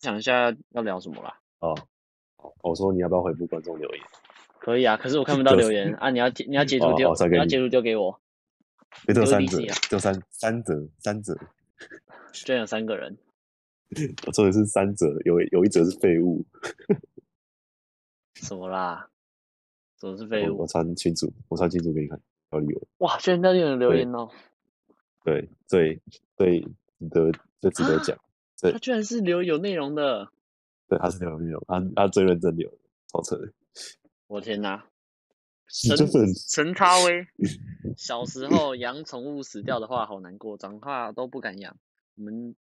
想一下要聊什么啦。哦，哦我说你要不要回复观众留言？可以啊，可是我看不到留言啊，你要截你要截图丢，哦哦再你给要你截图丢给我，诶只有有三理折解啊，只有三三折，三折，居然有三个人，我说的是三折，有有一折是废物。什么啦？什么是废我物我？传群主，我传群主给你看，有理由。哇，居然那里有人留言哦，对，最最值得最值得啊讲，对他居然是留有内容的，对，他是留理由，他他最认真留的，超扯的。我天哪！ 你这神粉神叉 威，小时候养宠物死掉的话好难过，长大都不敢养。我们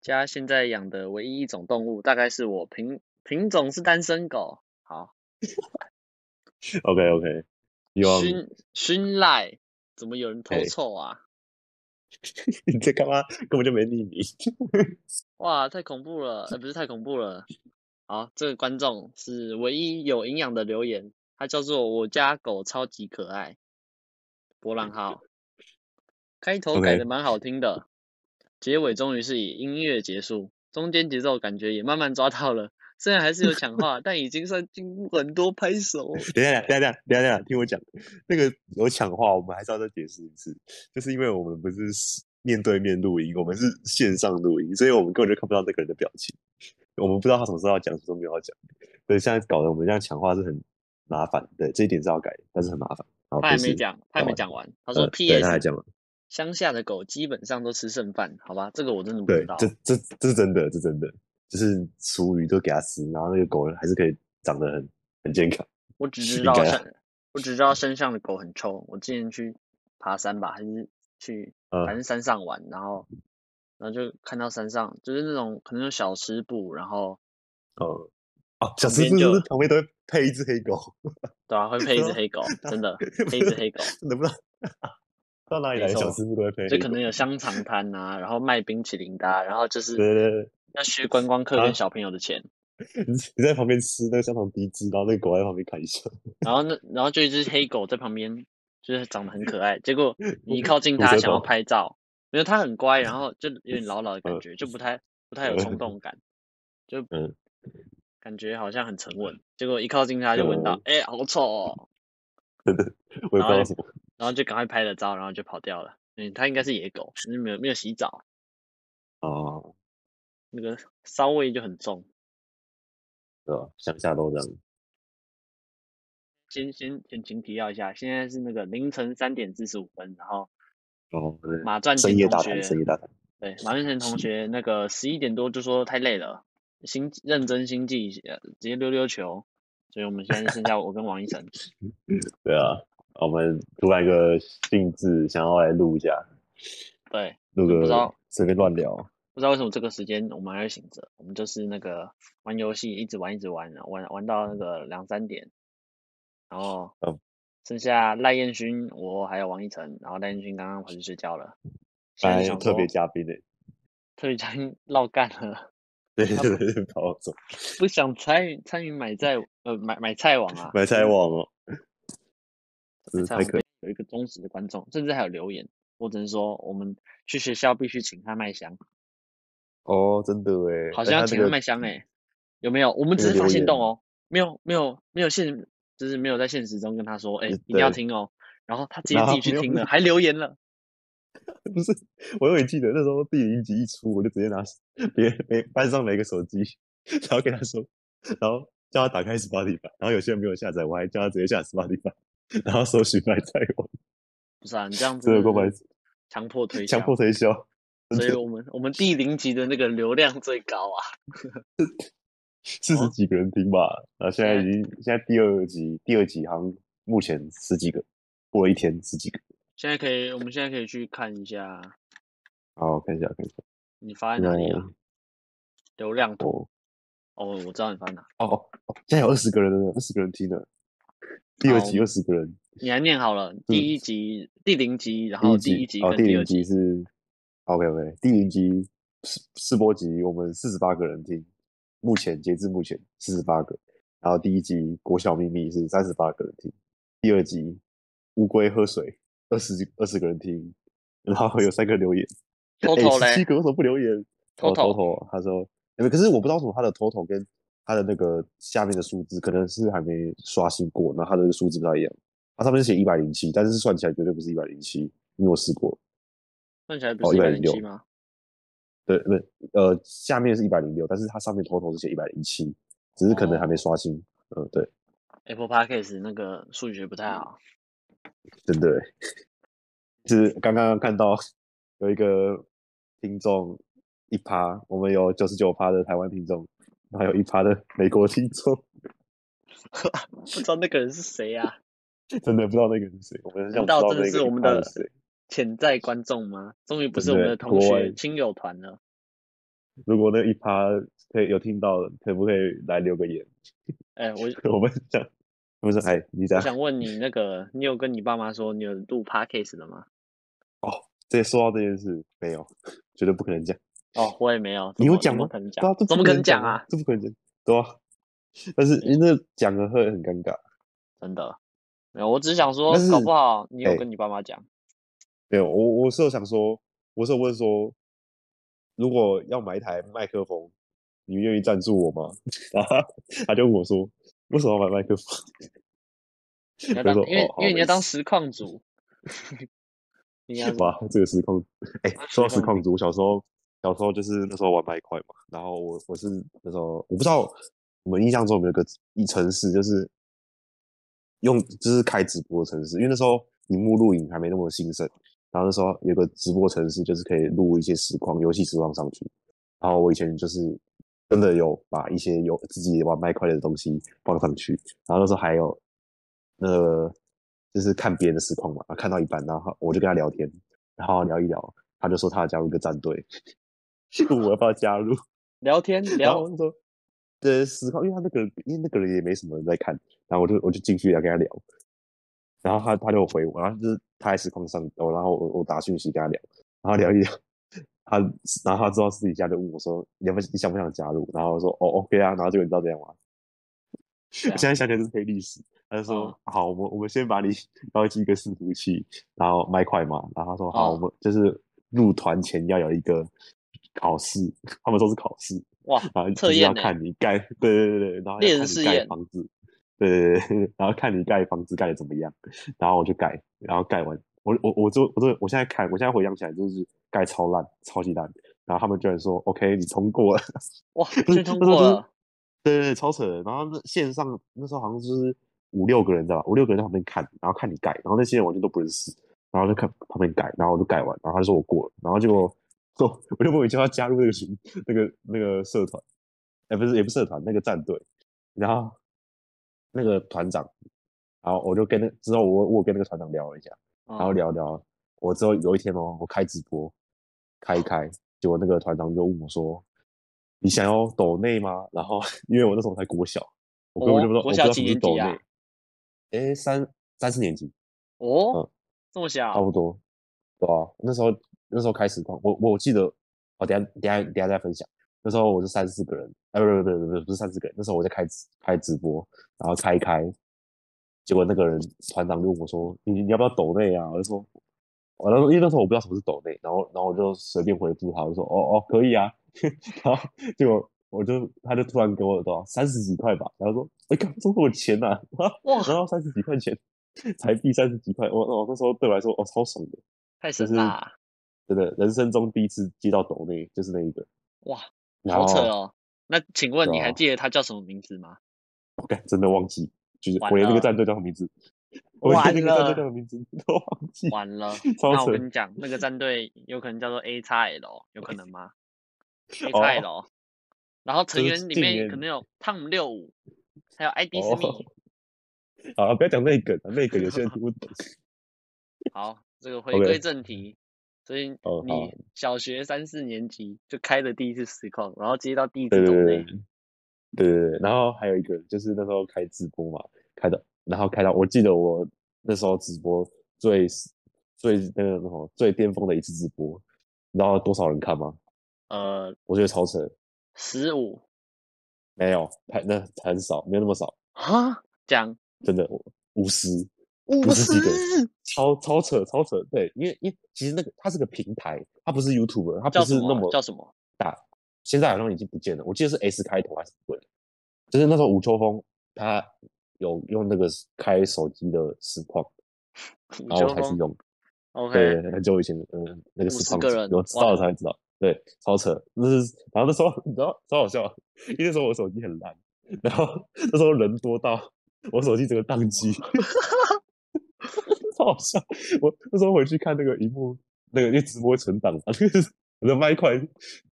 家现在养的唯一一种动物，大概是我品品种是单身狗。好， OK OK，希望熏熏赖，怎么有人偷哎臭啊？你在干嘛？根本就没理你。哇，太恐怖了！呃，不是太恐怖了。好，这个观众是唯一有营养的留言，他叫做“我家狗超级可爱”，波浪号。开头改 OK 的蛮好听的，结尾终于是以音乐结束，中间节奏感觉也慢慢抓到了，虽然还是有抢话，但已经算进步很多，拍手。 等一下，等一下，等一下，等一下，听我讲，那个有抢话，我们还是要再解释一次，就是因为我们不是实面对面录音，我们是线上录音，所以我们根本就看不到那个人的表情，我们不知道他什么时候要讲，什么时候没有要讲，所以现在搞得我们这样抢话是很麻烦，对，这一点是要改的，但是很麻烦。好，他还没没事，讲，他还没好讲完，他他说哦呃对，他还 “P.S. 讲了，乡下的狗基本上都吃剩饭”，好吧，这个我真的不知对道，。这这这是真的，这是真的，就是厨余都给它吃，然后那个狗还是可以长得很很健康。我只知应道该啊山，我只知道山上的狗很臭。我之前去爬山吧，还是去嗯反正山上玩，然后然后就看到山上就是那种可能有小吃部，然后哦、哦，小旁吃边部是不就是旁边都会配一只黑狗？对啊，会配一 只黑狗，真的配一只黑狗，真的不知道到哪里来没的错小吃部都会配就黑可狗。能有香肠摊啊，然后卖冰淇淋的啊、然后就是对对对要削观光客啊跟小朋友的钱，对，你你在旁边吃那个香肠滴汁，然后那个狗在旁边看一下，然后那然后就一只黑狗在旁边，就是长得很可爱，结 果你一靠近毒它舌想要头拍照，没有它很乖，然后就有点老 呃老的感觉，就不太不太有冲嗯动感，就嗯感觉好像很沉稳，结果一靠近它就闻到嗯，哎、好臭哦，我也不知然后道就什么。然后就赶快拍了照，然后就跑掉了。嗯，它应该是野狗，因为没有没有洗澡，哦，那个骚味就很重。对吧？乡下都这样。先先前情提要一下，现在是那个凌晨三点四十五分，然后哦，对马赚深钱夜同大谈，学深夜大谈。对，马俊成同学那个十一点多就说太累了，心认真心悸，呃直接溜溜球。所以我们现在剩下我跟王医 生，对啊，我们突然一个兴致，想要来录一下，对，录不知个道随便乱聊。不知道为什么这个时间我们还会醒着，我们就是那个玩游戏，一直玩一直玩，玩玩到那个两三点，然后嗯剩下赖彦勋，我还有王一晨，然后赖彦勋刚刚跑去睡觉了，现在哎就，想特别说嘉宾诶，特别嘉宾 落干了，对对对，对 跑走，不想参与参与买菜呃买买菜网 啊，买菜网哦，真非是常太可有一个忠实的观众，甚至还有留言。我只能说，我们去学校必须请他卖香，哦，真的诶，好哎像要他请这他个卖香哎、有没有？我们只这个是发留现言动哦，没有没有没有现，就是没有在现实中跟他说，哎、也一定要对听哦。然后他直接然自后己去没有听了，还留言了。 不是，我永远记得那时候第零集一出，我就直接拿别别班上的一个手机， 然后跟他说，然后叫他打开 Spotify，然后有些人没有下载，我还叫他直接下 Spotify，然 后搜寻买菜网，不是啊，你这 样子真的够白痴，强迫推销强，嗯迫推销，所以我们我们第零集的那个流量最高啊。四十几个人听吧，然后现在已经现在第二集第二集好像目前十几个，过了一天十几个，现在可以，我们现在可以去看一下好看一下看一下，你发在现哪在里啊？流量图哦哦，我知道你发在哪，哦哦，现在有二十个人了，二十个人听了，第二好集二十个人，你还念好了第一集、第零集，然后第一集哦，跟嗯第第零二集是 OK OK，第零集试试播集，我们四十八个人听，目前截至目前四十八个，然后第一集《国小秘密》是三十八个人听，第二集《乌龟喝水》二十二十个人听，然后有三个留言，偷偷哎七嘞，个为什么不留言？哦偷偷偷偷，他说呃可是我不知道为什么他的 total 跟他的那个下面的数字可能是还没刷新过，然后他的那个数字不太一样。啊它上面是写一百零七，但是算起来绝对不是一百零七，因为我试过。算起来不哦是一百零106七吗？对，不是，呃，下面是一百零六，但是它上面 total 是写一百零七，只是可能还没刷新。嗯，对， Apple Podcast 那个数学不太好，真的欸，就是刚刚看到 有一个听众一趴，我们有九十九趴的台湾听众，还有一趴的美国听众，不知道那个人是谁啊呀？ 真的不知道那个人是谁，我们很想知道道真的那是个我一们趴的是谁。潜在观众吗？终于不真是我们的的同国学外亲友团了。如果那一趴可以有听到的，可不可以来留个言？ 哎，我我们想，我们说，哎，你这我样想问你，那个你有跟你爸妈说你有录 Podcast 的吗？这说到这件事，没有， 绝对不可能讲。哦，我也没有。怎你有么讲怎么吗可能对啊讲？这怎么不可能能讲讲啊？？嗯这不可能讲，对 啊。但是因为讲了会很尴尬。真的没有，我只是想说但，搞是不好你有哎跟你爸妈 讲。没有，我我是有想说，我是有问说，如果要买一台麦克风，你愿意赞助我吗？ 然后他他就问我说，为什么要买麦克风？你要我当，就说因为哦好因为你要没当事实况 主， 你要哇，这个实况，哎、说到实实况况组，我小时候小时候就是那时候玩麦块嘛，然后我我是那时候我不知道我们印象中有没有个一城市就是用就是开直播的城市，因为那时候荧幕录影还没那么兴盛，然后那时候有个直播城市就是可以录一些实况游戏实况上去，然后我以前就是。真的有把一些有自己玩麦块的东西放上去，然后那时候还有那个就是看别人的实况嘛，啊看到一半，然后我就跟他聊天，然后聊一聊，他就说他要加入一个战队， 我要不要加入？聊天然后我聊就说，对，实况，因为他那个人，因为那个人也没什么人在看，然后我就我就进去要跟他聊，然后他他就回我，然后就是他在实况上，我然后我我打讯息跟他聊，然后聊一聊，他然后他之后私底下就问我说，你要不你想不想加入？然后我说哦 OK 啊，然后就你知道这样吗？ 对啊现在想起来这是嗯黑历史。他就说：“哦好，我们我们先把你邀进一个伺服器，然后麦块嘛。”然后他说：“好，我哦们就是入团前要有一个考试，他们说是考试，哇，然后测就是要验呢看你盖，对对对对，然后猎要人看试你盖验房子，对对对， 对然后看你盖房子盖的怎么样，然后我就盖，然后盖完，我我我就我就我现在看，我现在回想起来就是盖超烂，超级烂，然后他们居然说 OK，你通过了， 哇，不是真通那时候过就是了，对对对，超扯的。然后那线上那时候好像就是五六个人在吧，五六个人在旁边看，然后看你盖，然后那些人完全都不认识，然后就看旁边盖，然后我就盖完，然后他就说我过了，然后结果哦我就莫名其妙加入那个群，那个那个社团，哎、不是也不是社团，那个战队，然后那个团长，然后我就跟那之后我我跟那个团长聊了一下，然然后聊聊。我之后有一天哦，我开直播，开一开，结果那个团长就问我说：“你想要抖内吗？”然后因为我那时候才国小，我根本就不知道，哦国我不知小道几什么是年级抖啊内。诶，三三四年级哦嗯，这么差小不多，对啊，那时候那时候开实况，我我记得，哦，等一下等一下等一下再分享。那时候我是三四个人，哎，不不不不不不是三四个人，那时候我在开直开直播，然后开一开，结果那个人团长就问我说：“你你要不要抖内啊？”我就说，我那时候因为那时候我不知道什么是抖内，然后然后我就随便回复他，我就说：“哦哦，可以啊。” 然后结果我就他就突然给我多少三十几块吧，然后说：“哎、干这么多钱 呐、哇，然后三十几块钱，台币三十几块，我我那时候对我来说，哦，超爽的，太就神啊是啦！真的，人生中第一次接到抖内，就是那一个，哇，然好后扯哦。那请问你还对啊记得他叫什么名字吗？我干真的忘记，就是哦完我连那个了战队叫什么名字，我连那个战完队叫什了么名字都忘记，完了， 超那我扯跟你讲，那个战队有可能叫做 A x L，有可能 吗？A 哦 x L，然后成就是员里近面年可能有汤姆六五， 还有 ID 斯哦密。好了，不要讲那个，那个有些人听不懂。好，这个回 OK 归正题，所以哦好你小学三四年级就开了第一次实况，然后接到第一对次对抖对内，对对对，然后还有一个就是那时候开直播嘛，开的，然后开到我记得我那时候直播最最那个什么最巅峰的一次直播，你知道多少人看吗？呃，我觉得超扯，十五没有，还那很少，没有那么少，啊，讲真的五十，五50几个十超超扯，超扯，对，因为因为其实那个它是个平台，它不是 YouTube，它叫不什是那么啊么叫什么？大，现在好像已经不见了，我记得是 S 开头还是什么鬼的，就是那时候吴秋风他有用那个开手机的实况，五然秋后啊我才去风用，对， ，OK，很久以前，嗯，那个五实十况个机人有知哇道了才会知道，对，超扯，就是然后那时候你知道超好笑，因为那时候我手机很烂，然后那时候人多到我手机整个宕 机，超好笑，我那时候回去看那个荧幕，那个因为直播存档嘛， 那个我的麦块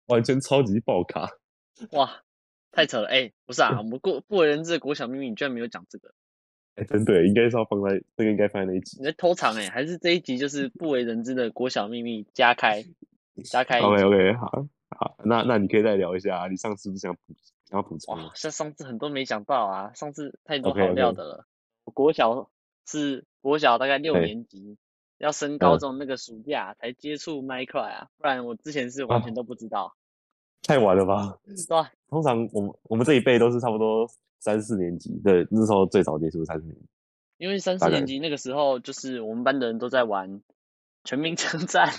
完全超级爆卡。哇，太扯了，哎，不 是啊，我们过不为人知的国小秘密，你居然没有讲这个，哎，真的耶，应该是要放在这个，应该放在那一集你。在偷藏哎，还是这一集就是不为人知的国小秘密加开，加开一 OK 集 OK，好，好，那那你可以再聊一下，啊你上次不是想补想要补充吗哇，？像上次很多没讲到啊，上次太多好 OK，OK 料的了。我国小是国小大概六嘿年级，要升高嗯中那个暑假才接触 Minecraft 啊，不然我之前是完全啊都不知道。太晚了吧？对啊，通常我们我们这一辈都是差不多三四年级，对，那时候最早接触三四年级。因为三大四年概级那个时候，就是我们班的人都在玩全民枪战，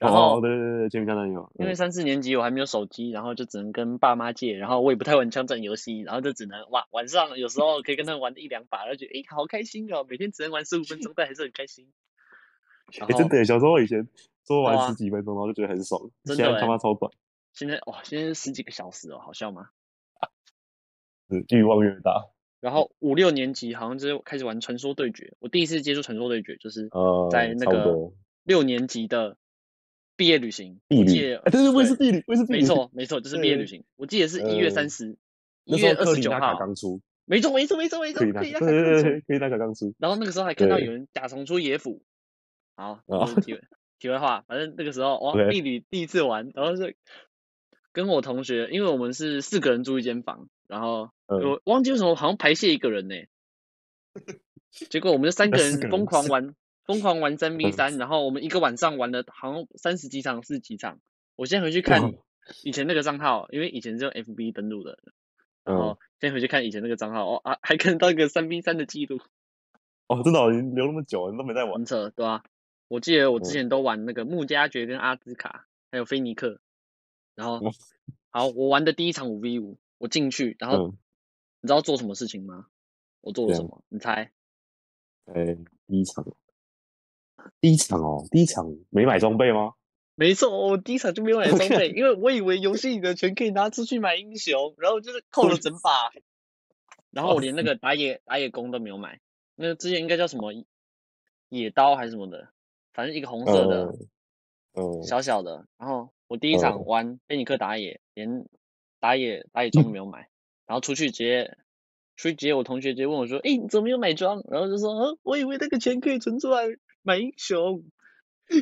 然哦，后对对对，前面讲有，因为嗯三四年级我还没有手机，然后就只能跟爸妈借，然后我也不太玩枪战游戏，然后就只能哇晚上有时候可以跟他们玩一两把，然后觉得诶好开心哦，每天只能玩十五分钟，但还是很开心。然哎，真后的耶，小时候以前说对玩啊十几分钟，然后就觉得很爽，真现的在他耶妈超短，现在哇，现在是十几个小时哦，好笑吗？嗯欲望越大。然后五六年级好像就是开始玩传说对决，我第一次接触传说对决就是呃，在那差不个多六年级的毕业旅行，地我记理，得哎，对对，我也是对地理， 我也是地理。没，错没错，就是毕业旅对行，我记得是一月三嗯十、那一时月候二克十里九纳卡号，刚出，没错没错没错没克错，里纳可卡，以拉卡对刚对出对，克里纳卡刚出， 然后那个时候还看到对有人假重出野辅，好，啊这是题外题外话，反正那个时候哇， ，OK，地理第一次玩，然后是跟我同学，因为我们是四个人住一间房，然后嗯，我忘记为什么好像排泄一个 人呢、结果我们就三那个四人个疯人狂是，玩，疯狂玩三 v 嗯，三，然后我们一个晚上玩了好像三十几场、四十几场。我现在回去哇， 看以前那个账号，因为以前是用 FB 登录的，然嗯，后现在回去看以前那个账号，哦啊，还看到一个三 v 三的记录，哦，真的哦，你留那么久，你都没在玩，很扯，对吧、我记得我之嗯，前都玩那个穆加爵跟阿兹卡，还有菲尼克，然后哇好，我玩的第一场五 v 五，我进去，然后嗯，你知道做什么事情吗？我做了这什样，么？你猜？嗯哎，第一场。第一场哦，第一场没买装备吗没错，我第一场就没有买装备， ？OK，因为我以为游戏里的钱可以拿出去买英雄，然后就是扣了整把，然后笑我连那死！个打野打野弓都没有买，那个之前应该叫什么野刀还是什么的，反正一个红色的嗯嗯小小的，然后我第一场嗯，玩菲尼克打野，连打野打野装都没有买，然后出去直接出去直接我同学直接问我说，哎，你怎么没有买装？然后就说，啊，我以为那个钱可以存出来买英雄，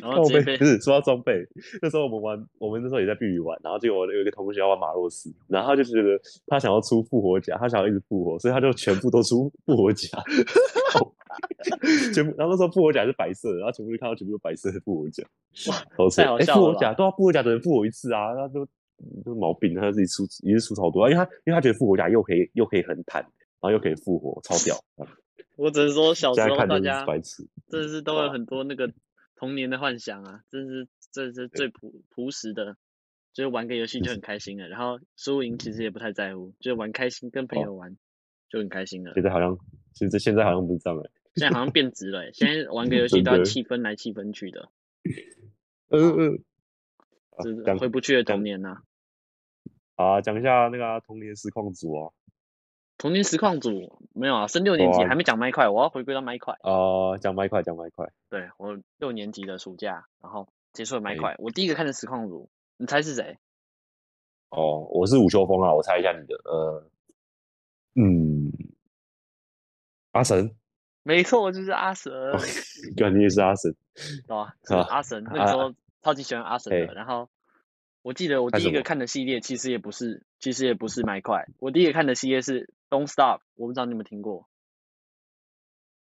然后靠直接背被不是说到装备，那时候我们玩，我们那时候也在避雨玩，然后结果有一个同学要玩马洛斯，然后他就觉得他想要出复活甲，他想要一直复活，所以他就全部都出复活甲， 靠全部。然后那时候复活甲是白色的，然后全部就看到全部都白色的复活甲，哇，好扯太。好哎，复笑了活甲吧？对啊，复活甲只能复活一次啊，他就就毛病，他自己出也是出超多，因为他因为他觉得复活甲又可以又可以横弹，然后又可以复活，超屌。我只能说，小现时在候看大就是家白痴，真的是都有哇，很多那个童年的幻想啊，这是这是最朴朴实的，就是玩个游戏就就是很开心了，然后输赢其实也不太在乎，就是玩开心，跟朋哦，友玩就很开心了。现在好像，其实现在好像不是这样了、现在好像变质了欸，现在 玩个游戏真都要的，气氛来气氛去的，啊，嗯嗯，啊，这是讲回不去的童讲年呐、啊，讲一下那个啊、童年实况组啊，童年实况组没有啊，升六对年级啊，还没讲麦块，我要回归到麦块。啊、讲麦块，讲麦块，对，我六年级的暑假，然后接触了麦哎、块，我第一个看的实况组，你猜是谁？哦，我是武秋风啊，我猜一下你的，呃，嗯，阿神，没错，就是阿哦，神，感觉是阿神对吧？就是啊，阿神，那个时啊，候超级喜欢阿神的。哎、然后我记得我看第什一个么？看的系列其实也不是，其实也不是麦块，我第一个看的系列是 Don't Stop，我不知道你有没有听过，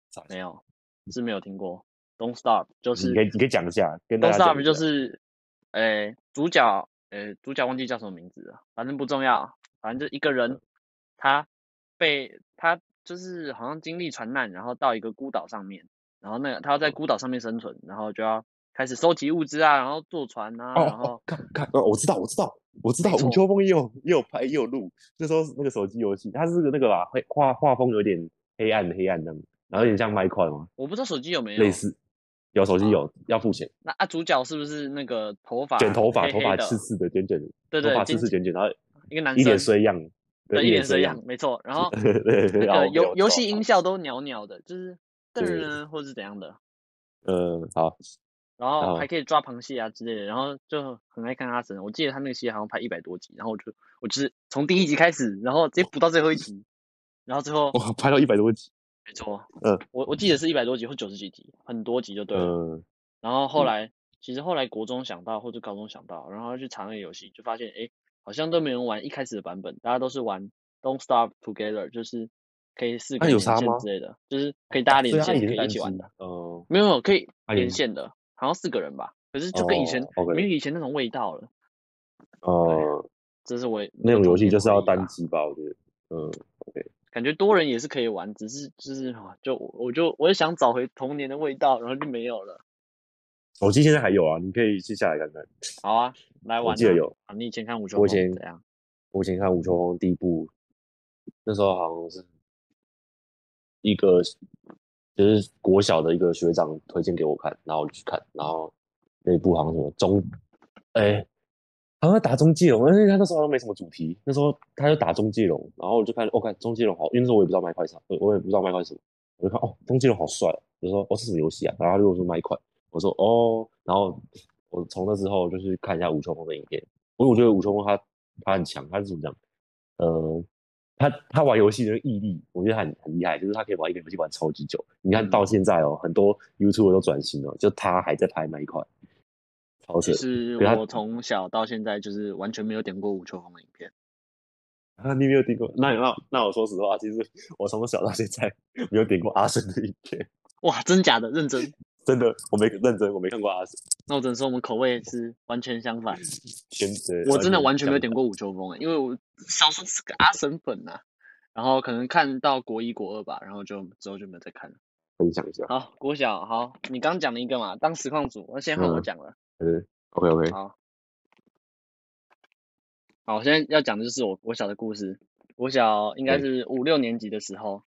找一没下，有，是没有听过。Don't Stop 就你是可以你可以讲一下，跟大 Don't 家讲 Stop 一就下，是，诶、主角，诶、主角忘记叫什么名字了，反正不重要，反正就一个人，他被他就是好像经历船难，然后到一个孤岛上面，然后那个他要在嗯孤岛上面生存，然后就要。开始收集物资啊，然后坐船啊，哦然后哦，看看，哦，我知道，我知道，我知道，没错吴秋风也有也有拍也有录，那时候那个手机游戏，它是那个吧，会画画风有点黑暗黑暗的，然后有点像 Minecraft 吗？我不知道手机有没有类。似，有手机有要付钱，那啊，主角是不是那个头发卷头发，黑头黑发的刺刺的，卷卷的，对头对，发尖刺刺卷卷，然后一个男生一脸衰样，对，一一脸衰衰样，，没错。然后 对对那对，个哦游游戏音，我知效都袅袅的，就是噔对儿或是怎样的，道嗯， 好，然后后还可以抓螃蟹啊之类的，然后就很爱看阿神。我记得他那个系列好像拍一百多集，然后我就我就是从第一集开始，然后直接补到最后一集，然后最后哇，拍到一百多集，没错，哦嗯，我我记得是一百多集或九十几集，很多集就对了。嗯，然后后嗯来其实后来国中想到或者高中想到，然后去查那个游戏，就发现诶好像都没人玩一开始的版本，大家都是玩 Don't Starve Together，就是可以四个啊有人差连线吗啊之类的，就是可以大家所以连它线以可前是以一单起机玩的，，嗯，没有没有可以它啊连也线的，好像四个人吧，可是就跟以前哦，OK 没有以前那种味道了，哦，这是我也那种游戏就是要，我童年回忆单吧机吧，我觉得，嗯。感觉多人也是可以玩，只是就是啊就我就我就想找回童年的味道，然后就没有了。手机现在还有啊，你可以去下来看看。好啊，来玩我记得啊有，啊，你以前看无球我以风前怎样？我以前看《吴秋风》第一部，那时候好像是一个就是国小的一个学长推荐给我看，然后我就去看，然后那一部好像什么中，哎、好像在打中介龙，但是他那时候好像没什么主题，那时候他就打中介龙，然后我就看，我、哦、看中介龙好，因为那时候我也不知道麦块啥，我我也不知道麦块什么，我就看哦，中介龙好帅哦，我就说哦是什么游戏啊？然后他就跟我说麦块，我说哦，然后我从那之后就是看一下吴秋风的影片，因为我觉得吴秋风他他很强，他是怎么讲？呃，他他玩游戏的毅力，我觉得他很很厉害，就是他可以玩一个游戏玩超级久。你看嗯到现在哦，很多 YouTube 都转型了，就他还在拍那一块，超扯其。实对他我从小到现在就是完全没有点过吴秋风的影片，啊，你没有点过？那那那我说实话，其实我从小到现在没有点过阿神的影片，哇，真假的，认真。真的，我没认真，我没看过阿神。那我只能说我们口味是完全相反，全我真的完全没有点过。过吴秋风、欸，因为我小时候是个阿神粉呐、然后可能看到国一国二吧，然后就之后就没有再看了。分享一下，好，国小好，你刚讲了一个嘛，当实况组，那现在换我嗯讲了。嗯，OK OK，好，好，我现在要讲的就是我国小的故事。国小应该嗯是五六年级的时候，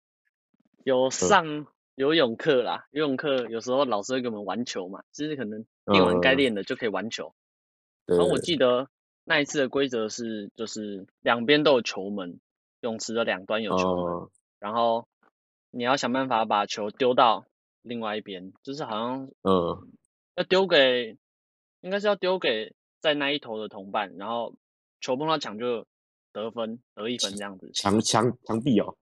有上游泳课啦。游泳课有时候老师会给我们玩球嘛，就是可能练完该嗯练的就可以玩球。对然后我记得那一次的规则是，就是两边都有球门，泳池的两端有球门，哦，然后你要想办法把球丢到另外一边，就是好像嗯，要丢给，应该是要丢给在那一头的同伴，然后球碰到墙就得分，得一分这样子。墙墙墙壁哦，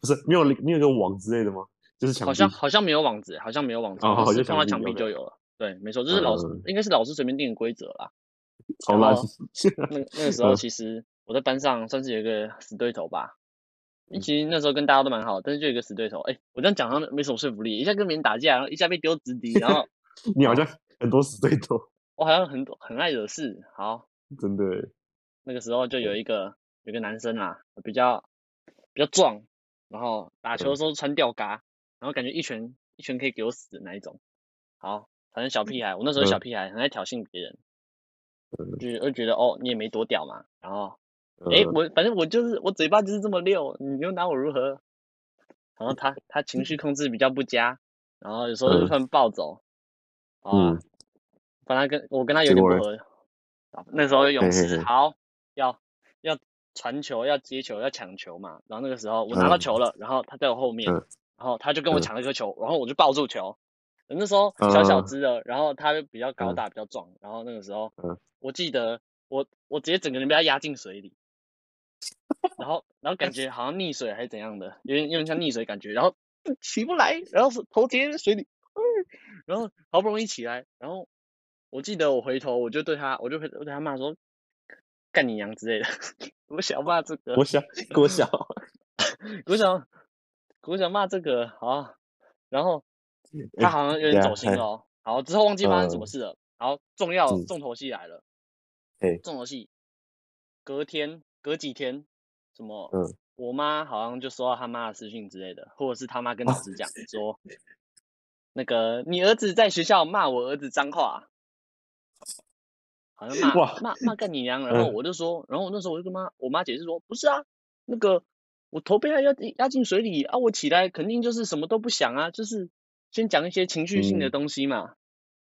不是没有没有一个网之类的吗？就是墙好壁像好像没有网子，好像没有网子，哦好像好是就碰墙到墙壁壁，OK 就有了。对，没错，就是老师嗯应该是老师随便定的规则啦。超垃然后圾。那那个时候嗯其实我在班上算是有一个死对头吧。嗯因为其实那时候跟大家都蛮好，但是就有一个死对头。哎、我这样讲好像没什么说服力，一下跟别人打架，然后一下被丢 直敌，然后 你好像很多死对头，我好像很多很爱惹事。好，真的欸。那个时候就有嗯一个有一个男生啦，比较比较壮，然后打嗯球的时候穿吊嘎，然后感觉一拳一拳可以给我死的那一种。好，反正小屁孩，我那时候小嗯屁孩很爱挑衅别人，嗯就是会觉得哦你也没多屌嘛，然后诶，嗯我反正我就是我嘴巴就是这么溜，你又拿我如何？然后他他情绪控制比较不佳，然后有时候就嗯突然暴走，啊、嗯反正跟我跟他有结点不果嘞合。啊那时候泳嘿池嘿嘿好要要传球，要接球，要抢球嘛。然后那个时候我拿到嗯球了，然后他在我后面，嗯然后他就跟我嗯抢了颗球，然后我就抱住球。那时候小小嗯只的，然后他就比较高嗯大，比较壮。然后那个时候嗯，我记得我我直接整个人被他压进水里，然后然 后感觉好像溺水还是怎样的，有点有点像溺水感觉，然后 起不来，然后是头直接在水里，嗯然后好不容易起来，然后我记得我回头我就对他，我就回我对他骂说干你娘之类的， 我想骂这个国，小 国小，我想我想骂这个啊，然后他好像有点对啊走心嘿了哦，好之后忘记发生什么嗯事了，然后重要嗯重头戏来了，嘿重头戏隔天隔几天什么，嗯哦我妈好像就收到他妈的私讯之类的，或者是他妈跟老师讲说，那个你儿子在学校骂我儿子脏话，好像骂哇骂骂干你娘，然后嗯我就说，然后我那时候我就跟妈我妈解释说，不是啊，那个我头被他压进压进水里啊，我起来肯定就是什么都不想啊，就是先讲一些情绪性的嗯东西嘛，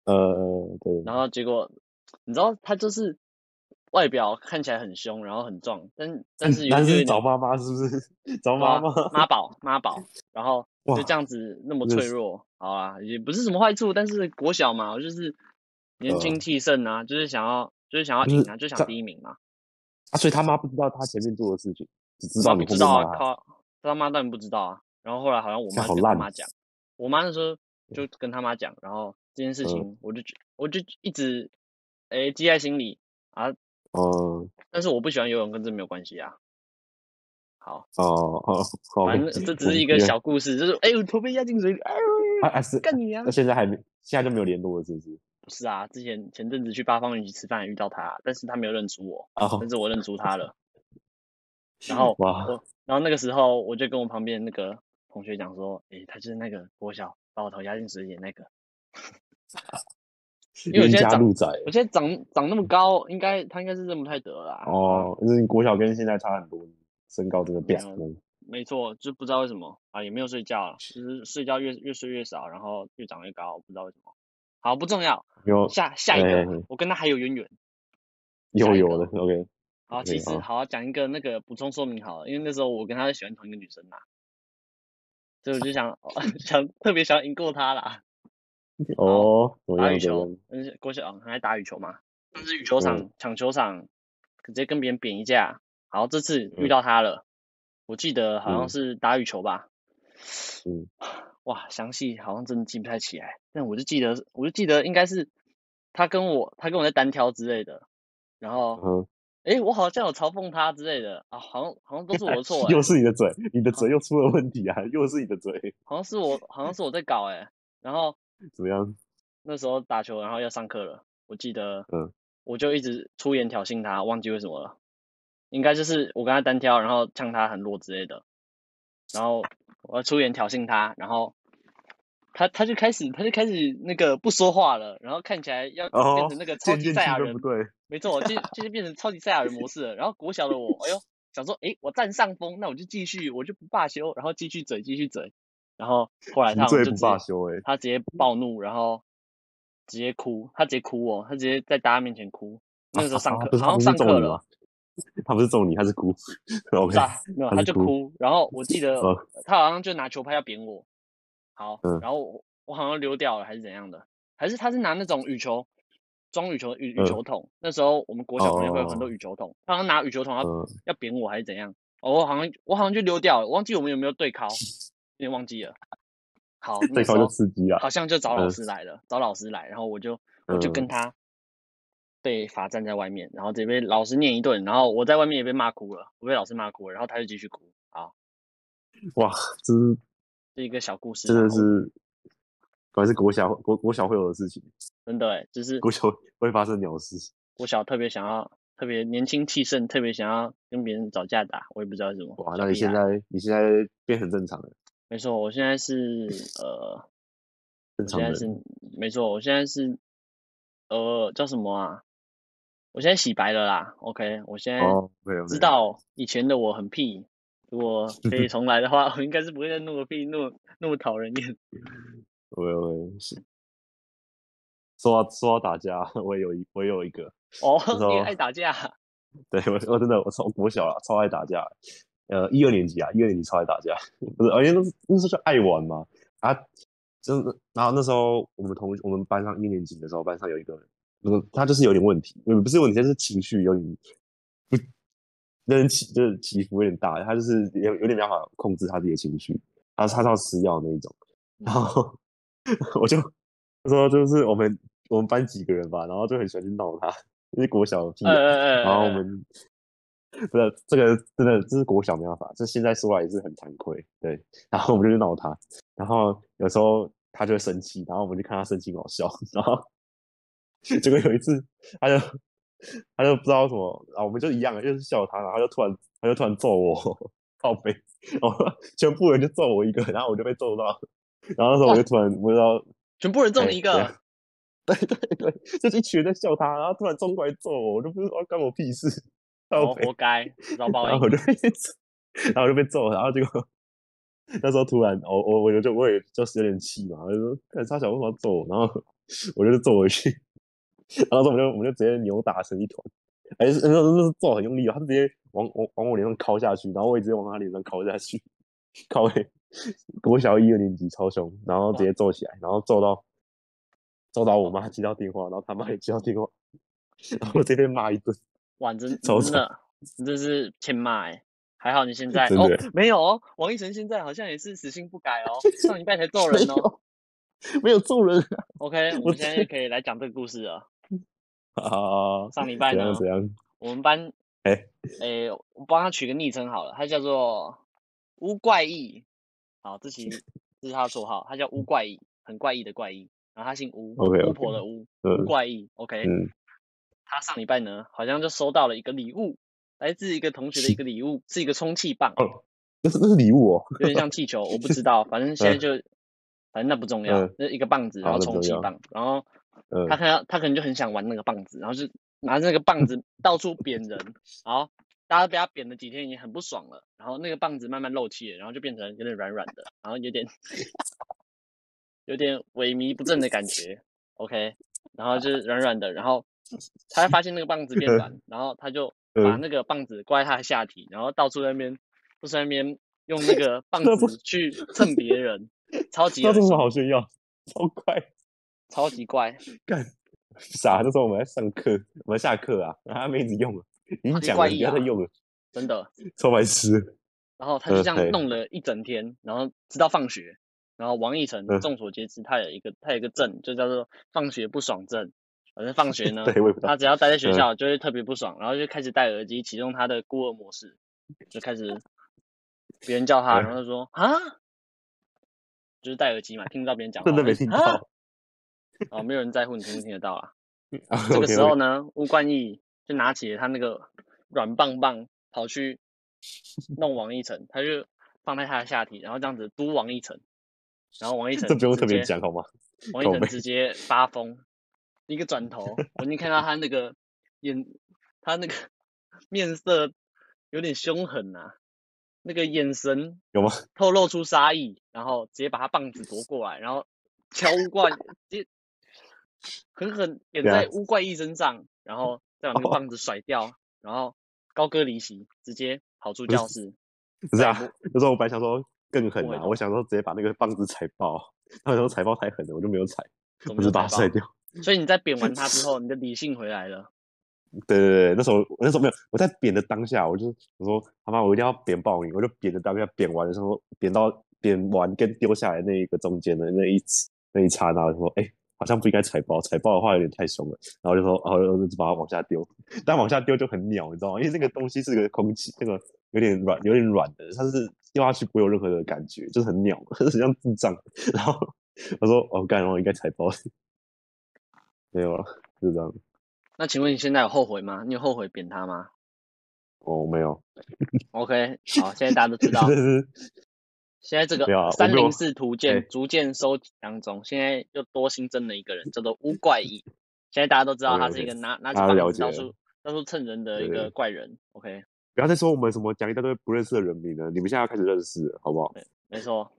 呃，对，然后结果你知道他就是外表看起来很凶，然后很壮，但但是有嗯但有是一点啊找妈妈是不是？ 找妈妈，妈宝妈 宝，然后就哇这样子那么真的脆是弱，好啊，也不是什么坏处，但是国小嘛，我就是年轻嗯气盛啊，就是想要就是想要就是赢啊，就想他第一名嘛。啊，所以他妈不知道他前面做的事情，只知我道妈你不后知面道啊骂，他。靠，他妈当然不知道啊。然后后来好像我这妈好就跟他烂哦妈讲，我妈那时候就跟他妈讲，然后这件事嗯情我就我就一直诶记在心里啊，哦但是我不喜欢游泳跟这没有关系啊。好，哦哦，好反正这只是一我个以为小故事，就是哎呦，头被压进水里，哎呦，啊啊是，干你娘！那现在还没，现在就没有联络了，是不是？不是啊，之前前阵子去八方云集吃饭遇到他，但是他没有认出我，啊，但是我认出他了。 然后哇，我，然后那个时候我就跟我旁边那个同学讲说，诶、他就是那个国小把我头压进水里的那个。因为我现冤在家长路窄我现在长长那么高，应该他应该是认不太得了啦。啊，哦，就是你国小跟现在差很多，身高真的变了。没错，就不知道为什么啊，也没有睡觉了，就是睡觉越越睡越少，然后越长越高，不知道为什么。好，不重要，没有下下一个哎哎哎，我跟他还有渊源。又下一有个了，OK，好， OK，其实好好讲一个那个补充说明好了，因为那时候我跟他喜欢同一个女生啦，所以我就想 想特别想要赢过她啦。哦，怎么打样羽怎么球样？，嗯，郭晓很爱打羽球嘛，但是羽球场嗯抢球场，直接跟别人扁一架。好，这次遇嗯到他了，我记得好像嗯是打羽球吧，嗯， 哇，详细好像真的记不太起来，但我就记得，我就记得应该是他跟我，他跟我在单挑之类的，然后。嗯，诶，我好像有嘲讽他之类的啊，好像好像都是我的错哎诶，又是你的嘴，你嗯的嘴又出了问题啊，又是你的嘴，好像是我好像是我在搞诶，然后怎么样？那时候打球，然后要上课了，我记得，嗯，我就一直出言挑衅他，忘记为什么了，应该就是我跟他单挑，然后呛他很弱之类的，然后我出言挑衅他，然后他他就开始他就开始那个不说话了，然后看起来要变哦成那个超渐级渐赛气亚氛人不，对，没错，就就是变成超级赛亚人模式了。然后国小的我，哎呦，想说，诶，我占上风，那我就继续，我就不罢休，然后继续嘴，继续嘴。然后后来他不好像醉就不直罢接，休，哎，他直接暴怒，然后直接哭，他直接哭哦，他直接在大家面前哭。那个时候上啊课， 不是好他像不是上课揍你了吗，？他不是揍你，他是哭，OK，是啊，没有，他他就是哭哭。然后我记得哦他好像就拿球拍要扁我，好，嗯然后我我好像溜掉了还是怎样的，还是他是拿那种羽球装羽球羽羽嗯球筒，那时候我们国小旁边会有很多哦羽球筒，他好像拿羽球筒要嗯，要扁我还是怎样，哦，我好像我好像就溜掉了，忘记我们有没有对敲，有点忘记了。好，那 对时方就候吃鸡啊，好像就找老嗯师来了，找老师来，然后我就我就跟嗯他被罚站在外面，然后直接被老师念一顿，然后我在外面也被骂哭了，我被老师骂哭了，然后他就继续哭。好，哇，这是这一个小故事啊，真的我是，果然是国小国国小会有的事情，真的欸就是国小会发生鸟事，我小特别想要，特别年轻气盛，特别想要跟别人找架打，我也不知道为什么。哇，小那你屁现孩在你现在变很正常了，没错，我现在是呃，我正现常在人是没错，我现在是呃叫什么啊？我现在洗白了啦，OK，我现在哦，没有没知有，道以前的我很屁，如 果可以重来的话，我应该是不会再那么屁，那么那么讨人厌。我有是说到说到打架， 我也有一我也有一个，哦那时，你也候爱打架？对我我真的我超国小啊，超爱打架，呃，一二年级啊，一二年级超爱打架， 不是，而且那时那时候就爱玩嘛，啊，真的，然后那时候我们同我们班上一年级的时候，班上有一个人，嗯，他就是有点问题，嗯，不是问题，就是情绪有点不，有点起就是起伏有点大，他就是有有点没办法控制他自己的情绪，他他要吃药那一种，嗯然 后 我就那时候就是我们我们班几个人吧，然后就很喜欢去闹他，因为国小屁呃孩呃呃，然后我呃们不是这个真的，这是国小没办法，这现在说来也是很惭愧。对，然后我们就去闹他，然后有时候他就会生气，然后我们就看他生气很好笑，然后结果有一次他就他就不知道为什么啊，我们就一样，就是笑他，然后他就突然他就突然揍我，靠背，然后全部人就揍我一个，然后我就被揍到，然后那时候我就突然不知道全部人中哎一对啊个，对对对，就是一群人在笑他，然后突然冲过来揍我，我就不知道干我屁事，然靠后北哦活该遭报然后我应。就被 然后我就被揍了，然后结果那时候突然，我我我就我也就是有点气嘛，我就说看他想为什么要揍我，然后 我就揍回去， 然后我们就我们就直接扭打成一团，而且是那时候那是揍很用力哦，他直接往往往我脸上敲下去，然后我也直接往他脸上敲下去，靠北，国小一二年级超凶，然后直接揍起来，然后揍到揍到我妈接到电话，然后他妈也接到电话， 然后我直接被骂一顿。哇，你真超真的，你真是欠骂哎、还好你 现在真哦的，没有哦，王一晨现在好像也是死性不改 哦，上礼拜才揍人没哦。有，没有揍人 OK，我我们现在就可以来讲这个故事了。 啊！上礼拜怎样呢，怎样？我们班，哎诶、我帮他取个昵称好了，他叫做乌怪异。好，这其实这是他的绰号，他叫乌怪异，很怪异的怪异。然后他姓乌， OK，OK 巫婆的巫，乌嗯怪异。OK，嗯，他上礼拜呢，好像就收到了一个礼物，来自一个同学的一个礼物，是一个充气棒，哦那是那是礼物哦。有点像气球，我不知道，反 正现在嗯就，反正那不重要嗯，那一个棒子，然好后那不充重气要棒，然后嗯他看到他可能就很想玩那个棒子，然后就拿着那个棒 子到处扁人，然后大家被他扁了几天已经很不爽了，然后那个棒子慢慢漏气了，然后就变成有点软软的，然后有点 有点萎靡不振的感觉，OK，然后就是软软的，然后他发现那个棒子变嗯软，然后他 就把嗯，那个棒子挂在他的下体，然后到处在那边就是在那边用那 个棒那不子去蹭别人，超级那恶这有什心么好炫耀？超快超级怪。干！傻，那时候我们在上课，我们下课啊，然后他妹子用了，已经级讲怪了，不异要再啊用了，真的。超白痴的。然后他就嗯这样嘿弄了一整天，然后直到放学。然后王以诚嗯众所皆知，他有一个他有一个症，就叫做放学不爽症。反正放学呢，对，我也不知嗯道他。只要待在学嗯校就会特别不爽，然后就开始戴耳机，启动他的孤儿模式，就开始别人叫他，嗯然后他说啊，就是戴耳机嘛，听不到别人讲话，真的没他就听啊到。哦，没有人在乎你听不听得到啊。啊 这个 OK，时候 OK 呢，吴冠毅就拿起了他那个软棒棒，跑去弄王一晨，他就放在他的下体，然后这样子嘟王一晨，然后王一晨 这不用直特别接讲好吗？王一靠晨背直接发疯，一个转头，我已经看到他那个眼，他那个 面色有点凶狠呐、那个眼神有吗？透露出杀意，然后直接把他棒子夺过来，然后敲乌怪，直接狠狠点对啊哦在乌怪一身上，然后再把那个 棒子甩掉，然后高歌离席，直接跑出不是教室。不 是啊不，那时候我本来想说更狠不会啊，动我想说直接把那个棒子踩爆，然后想说踩爆太狠了，我就没有踩，怎我么就就把它踩甩爆？掉。所以你在扁完他 之后，你的理性回来了。对对对，那时候我那时候没有，我在扁的当下，我就我说他妈我一定要扁爆你，我就扁的当下扁完的时候，扁到扁完跟丢下来那一个中间的那一那一刹那，我就说哎、诶好像不应该踩爆，踩爆的话有点太凶了，然后就说哦，然后就把它往下丢，但往下丢就很鸟，你知道吗？因为那个东西是个空气，那个有点软，有点软的，它是丢下去不会有任何的感觉，就是很鸟， 很像智障。然后我说哦，干，我应该踩爆， 没有了，就这样。那请问你现在有后悔吗？你有后悔扁他吗哦，没有， ？OK，好，现在大家都知道真，的是。现在这没有啊个我三没有零四图鉴哎逐渐收集当中，现在又多新增了一个人，叫做乌怪异。现在大家都知道他是一 OK，OK 个拿拿起哦大家都棒了子到解了处到处蹭人的一对个怪人。OK，不要再说我们什么讲一大堆不认识的人名了，你们现在要开始认识了，好不好？没错。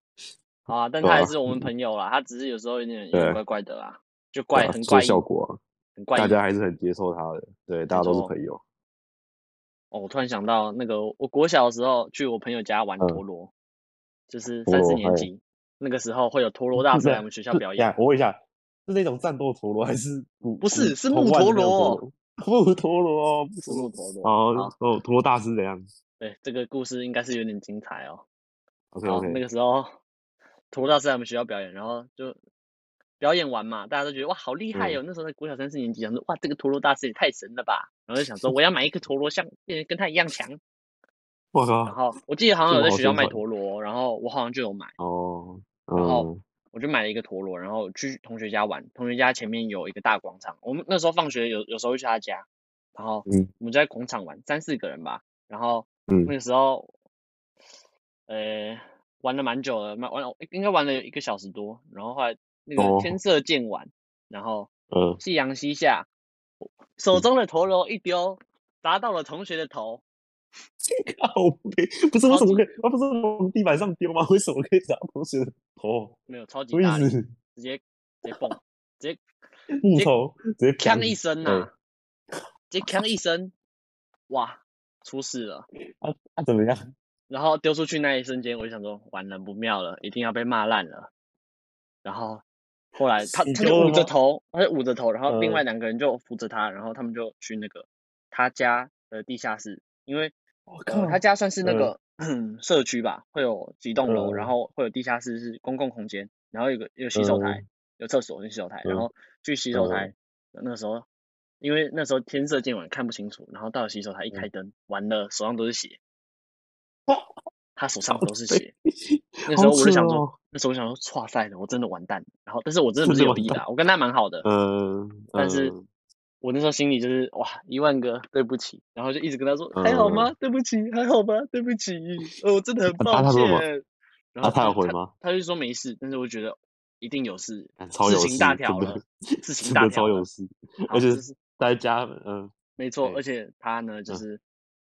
好啊，但对他还啊是我们朋友啦，他只是有时候有点有点对怪怪的啦，就对怪啊很这怪异，是效果啊，很怪大异。家还是很接受他的，对，大家都是错朋友。哦，我突然想到那个，我国小的时候去我朋友家玩嗯陀螺，就是陀三四螺年哎级那个时候会有陀 螺大是师来在我们学校是表等演一。下我问一下，是那种战斗陀螺还是古不是是铜木腕陀的那种螺陀螺？ 木陀螺，木 是木陀螺。哦好，哦，陀螺大师怎样对，这个故事应该是有点精彩哦。 ？OK 然后那 OK，个时候，涂大师在我们学校表演，然后就表演完嘛，大家都觉得哇好厉害嗯哦。那时候在国小三四年级，想说哇这个陀螺大师也太神了吧，然后就想 说我要买一个陀螺像，变得跟他一样强。我然靠，后我记得好像哦这有在么好学校宣卖传陀螺，然后我好像就有买，哦，然后嗯，我就买了一个陀螺，然后去同学家玩。同学家前面有一个大广场，我们那时候放学有有时候会去他家，然后嗯我们就在广场玩，三四个人吧。然后那嗯个时候，呃，玩了蛮久了，蛮玩了应该玩了有一个小时多。然后后来那个哦天色渐晚，然后嗯，夕阳西下，手中的陀螺一丢，砸到了同学的头。靠背，不是为什么可以？啊，不是往地板上丢吗？为什么可以砸同学的头？没有，超什级么大力，直 意思？接直接蹦，直接木头直接锵砰一声呐、直接锵一声，哇，出事了！啊啊怎么样？然后丢出去那一瞬间，我就想说，完了不妙了，一定要被骂烂了。然后后来他你他丢就了捂着吗头，他就捂着头，然后另嗯外两个人就扶着他，然后他们就去那个他家的地下室，因为我呃靠， 他家算是那嗯个社区吧，会有几栋楼，然嗯后会有地下室是公共空间，然后有个有洗手台嗯，有厕所跟洗手台，然嗯后去洗手台那个时候。因为那时候天色渐晚，看不清楚。然后到了洗手台一开灯，完了，手上都是血。他手上都是悲血。那时候我就想说，好扯哦那时候我想说，哇塞的，我真的完蛋了。然后，但是我真的不是真的有完意的啊蛋，我跟他蛮好的。嗯，但是嗯我那时候心里就是哇，一万个对不起，然后就一直跟他说还好吗？对不起，还好吗？对不起，呃，我真的很嗯那抱他说什么歉。然后啊他有就回吗？他就说没事，但是我觉得一定有事啊，超事有情事大真条的 了，事情真大的条超有了。事，好而且就是在家，嗯，没错，对而且他呢，就嗯是，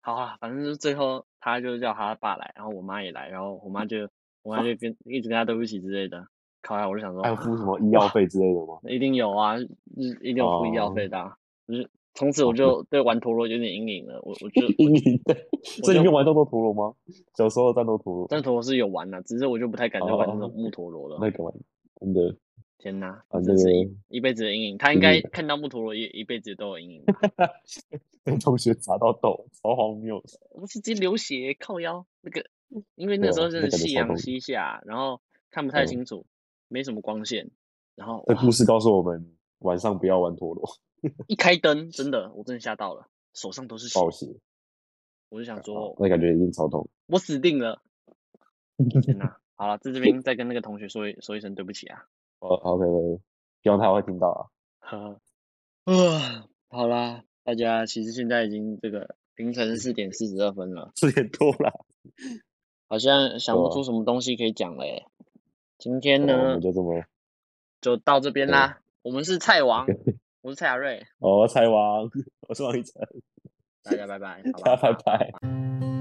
好啊，反正就是最后他就叫他爸来，然后我妈也来，然后我妈就我啊妈就跟一直跟他对不起之类的。靠呀，我 就想说还，有付 什么医药费之类的吗？一定有啊，一一定有付医药费的啊。就是从此我哦就对玩陀螺有点阴影了，我我 就阴影对，所以就你有玩战斗陀螺吗？小时候的战斗陀螺，但陀螺是有玩的，只是我就不太敢再玩那哦种木陀螺了。那个玩真的天哪，啊，真是那一一辈子的阴影。他应真的该看到木陀螺也一辈子都有阴影吧。 个被同学砸到头，超荒谬。我是直接流血靠腰，那个因为那对时候啊真那的感觉夕超阳痛西下，然后看不太嗯清楚，没什么光线，然 后这哇故事告诉我们，晚上不要玩陀螺，一开灯，真的我真的吓到了，手上都是血，暴血，我就想啊说那感觉一定超痛。我死定了，天呐，好了，在这边再跟那个同学说一说一声对不起啊，哦，OK，希望他会听到啊。 呵呵，啊，好啦，大家其实现在已经这个凌晨四点四十二分了，四点多了，好像想不对啊出什么东西可以讲了诶，今天那哦我呢们就这么就到这边对啦，我们是菜王，我是蔡雅瑞。 哦，猜王，我是王一晨，大家拜拜，好 大家吧拜。拜。